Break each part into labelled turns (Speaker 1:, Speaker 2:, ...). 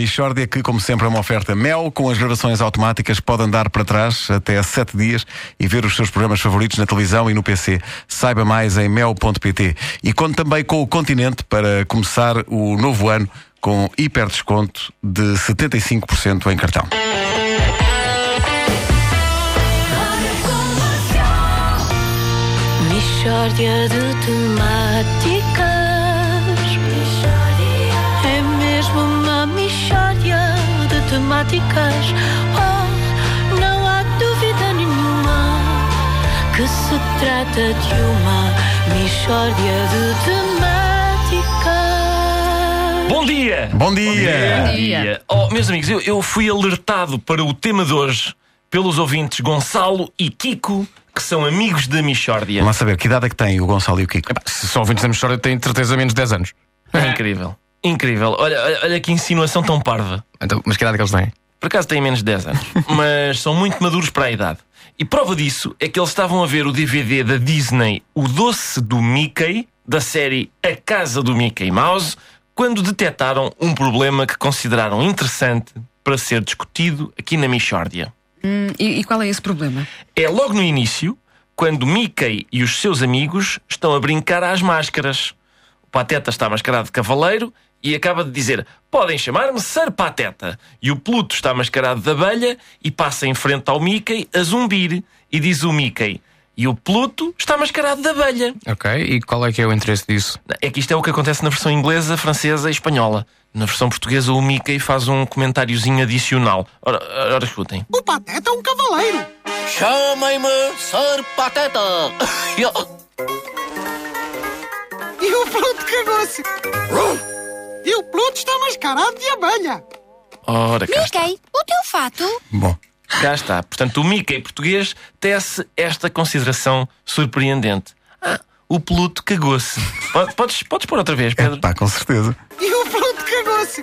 Speaker 1: Michórdia, que, como sempre, é uma oferta Mel, com as gravações automáticas, pode andar para trás até sete dias e ver os seus programas favoritos na televisão e no PC. Saiba mais em mel.pt. E conte também com o Continente para começar o novo ano com hiper desconto de 75% em cartão.
Speaker 2: Mishória de temáticas É mesmo uma mishória de temáticas Oh, não há dúvida nenhuma Que se trata de uma mishória de temáticas
Speaker 3: Bom dia!
Speaker 1: Bom dia!
Speaker 3: dia. Oh, meus amigos, eu, eu fui alertado para o tema de hoje pelos ouvintes Gonçalo e Kiko, que são amigos da Michórdia.
Speaker 1: Vamos lá saber que idade é que tem o Gonçalo e o Kiko.
Speaker 4: Se só ouvintes da minha história têm de certeza menos de 10 anos.
Speaker 3: É Incrível. Incrível. Olha, olha, olha que insinuação tão parva.
Speaker 4: Então, mas que idade é que eles têm?
Speaker 3: Por acaso têm menos de 10 anos, mas são muito maduros para a idade. E prova disso é que eles estavam a ver o DVD da Disney O Doce do Mickey, da série A Casa do Mickey Mouse, quando detectaram um problema que consideraram interessante para ser discutido aqui na Michórdia.
Speaker 5: E, e qual é esse problema?
Speaker 3: É logo no início, quando Mickey e os seus amigos estão a brincar às máscaras. O Pateta está mascarado de cavaleiro e acaba de dizer: Podem chamar-me Sir Pateta. E o Pluto está mascarado de abelha e passa em frente ao Mickey a zumbir. E diz o Mickey: E o Pluto está mascarado de abelha.
Speaker 4: Ok, e qual é que é o interesse disso?
Speaker 3: É que isto é o que acontece na versão inglesa, francesa e espanhola. Na versão portuguesa, o Mickey faz um comentáriozinho adicional. Ora, ora escutem.
Speaker 6: O Pateta é um cavaleiro.
Speaker 7: Chamem-me Sr. Pateta.
Speaker 6: E o Pluto cagou-se. E o Pluto está mascarado de abelha.
Speaker 3: Ora, cá está.
Speaker 8: Mickey, o teu fato?
Speaker 1: Bom,
Speaker 3: Cá está. Portanto, o Mickey português tece esta consideração surpreendente. Ah, o Pluto cagou-se. Po- Podes, podes pôr outra vez, Pedro?
Speaker 1: pá, com certeza.
Speaker 6: E o Pluto cagou-se.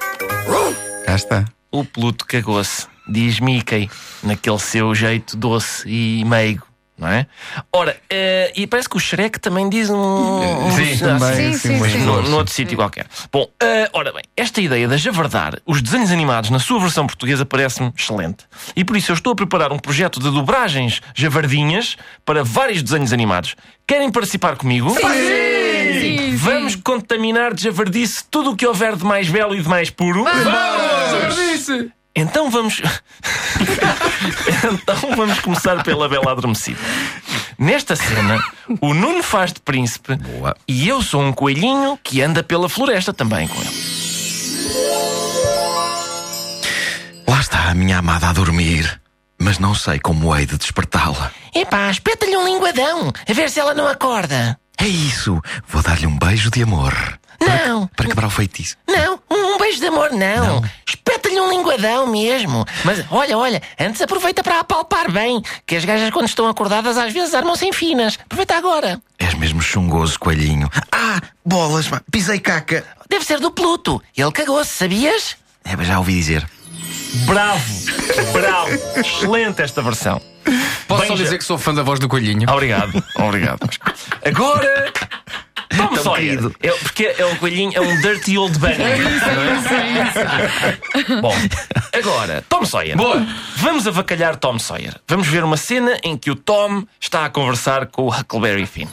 Speaker 1: Cá está.
Speaker 3: O Pluto cagou-se, diz Mickey, naquele seu jeito doce e meigo. Não é? Ora, eh, e parece que o Shrek também diz um. um-
Speaker 1: Também,
Speaker 5: sim,
Speaker 1: sim,
Speaker 5: sim,
Speaker 1: umas
Speaker 5: sim.
Speaker 3: no,
Speaker 1: flores.
Speaker 3: no outro sítio qualquer. Bom, eh, ora bem, esta ideia de javardar os desenhos animados na sua versão portuguesa parece-me excelente. E por isso eu estou a preparar um projeto de dobragens javardinhas para vários desenhos animados. Querem participar comigo?
Speaker 5: Sim,
Speaker 3: Vamos contaminar de javardice tudo o que houver de mais belo e de mais puro. Então vamos. então vamos começar pela Bela Adormecida. Nesta cena, o Nuno faz de príncipe e eu sou um coelhinho que anda pela floresta também com ele.
Speaker 9: Lá está a minha amada a dormir, mas não sei como hei de despertá-la.
Speaker 3: Epá, espeta-lhe um linguadão, a ver se ela não acorda.
Speaker 9: É isso, vou dar-lhe um beijo de amor.
Speaker 3: Não,
Speaker 9: Para quebrar o feitiço.
Speaker 3: não, um beijo de amor não. Espeta-lhe um linguadão mesmo. Mas olha, olha, antes aproveita para apalpar bem, que as gajas quando estão acordadas às vezes armam-se em finas. Aproveita agora.
Speaker 9: És mesmo chungoso, coelhinho. Ah, bolas, pá, pisei caca.
Speaker 3: Deve ser do Pluto. Ele cagou-se, sabias?
Speaker 9: É, mas já ouvi dizer.
Speaker 3: Bravo! Bravo! Excelente esta versão.
Speaker 4: Posso
Speaker 3: Bem,
Speaker 4: só dizer
Speaker 3: já-
Speaker 4: que sou fã da voz do coelhinho?
Speaker 3: Obrigado, obrigado. Agora. Toma só, querido. É, porque é um coelhinho, é um dirty old bunny. Bom, agora, Tom Sawyer.
Speaker 4: Boa.
Speaker 3: Vamos avacalhar Tom Sawyer. Vamos ver uma cena em que o Tom está a conversar com o Huckleberry Finn.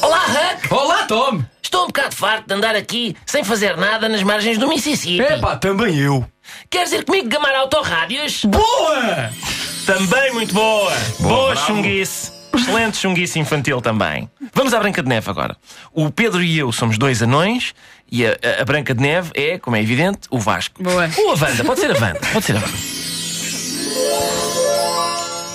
Speaker 3: Olá, Huck!
Speaker 4: Olá, Tom!
Speaker 3: Estou um bocado farto de andar aqui sem fazer nada nas margens do Mississippi.
Speaker 4: também eu.
Speaker 3: Queres ir comigo gamar autorrádios?
Speaker 4: Boa!
Speaker 3: Também muito boa! Boa, chunguice! Excelente chunguice infantil também. Vamos à Branca de Neve agora. O Pedro e eu somos dois anões e a, a- a Branca de Neve é, como é evidente, o Vasco.
Speaker 5: Boa.
Speaker 3: Ou a Wanda, pode ser a Wanda, pode ser a Wanda.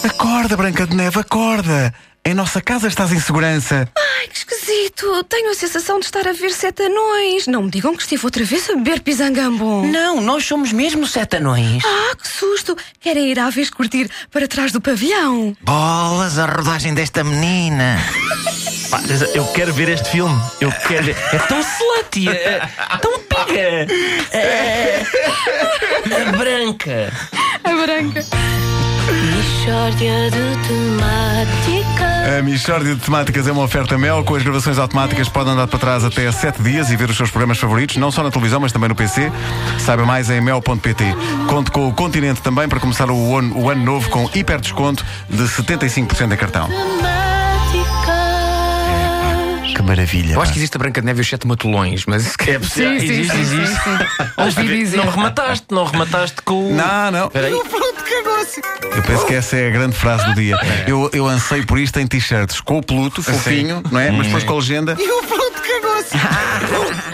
Speaker 1: Acorda, Branca de Neve, acorda! Em nossa casa estás em segurança.
Speaker 8: Ai, É que esquisito. Tenho a sensação de estar a ver sete anões. Não me digam que estive outra vez a beber pisangambon.
Speaker 7: Não, nós somos mesmo sete anões.
Speaker 8: Ah, que susto. Querem ir à vez curtir para trás do pavião?
Speaker 9: Bolas, a rodagem desta menina.
Speaker 3: Pá, eu quero ver este filme. Eu quero ver. É tão slutty, é, é tão piga. É, a Branca.
Speaker 5: A branca.
Speaker 2: Mishória Mixórdia de temáticas.
Speaker 1: A Michórdia de Temáticas é uma oferta Mel. Com as gravações automáticas pode andar para trás até 7 dias e ver os seus programas favoritos, não só na televisão, mas também no PC. Saiba mais em mel.pt. Conte com o Continente também para começar o ano, o ano novo com hiper desconto de 75% em cartão.
Speaker 2: Temáticas.
Speaker 1: Que maravilha.
Speaker 4: Eu acho que existe a Branca de Neve e os Sete Matulões, mas isso
Speaker 3: É
Speaker 4: que
Speaker 3: possível. existe, existe.
Speaker 5: Ouvi dizer.
Speaker 3: Não remataste, não remataste com o.
Speaker 1: Não, não.
Speaker 3: Peraí.
Speaker 6: O Pluto cagou-se.
Speaker 1: Eu penso que essa é a grande frase do dia. Eu, eu anseio por isto em t-shirts, com o Pluto, fofinho, não é? Mas depois com a legenda.
Speaker 6: E o Pluto cagou-se.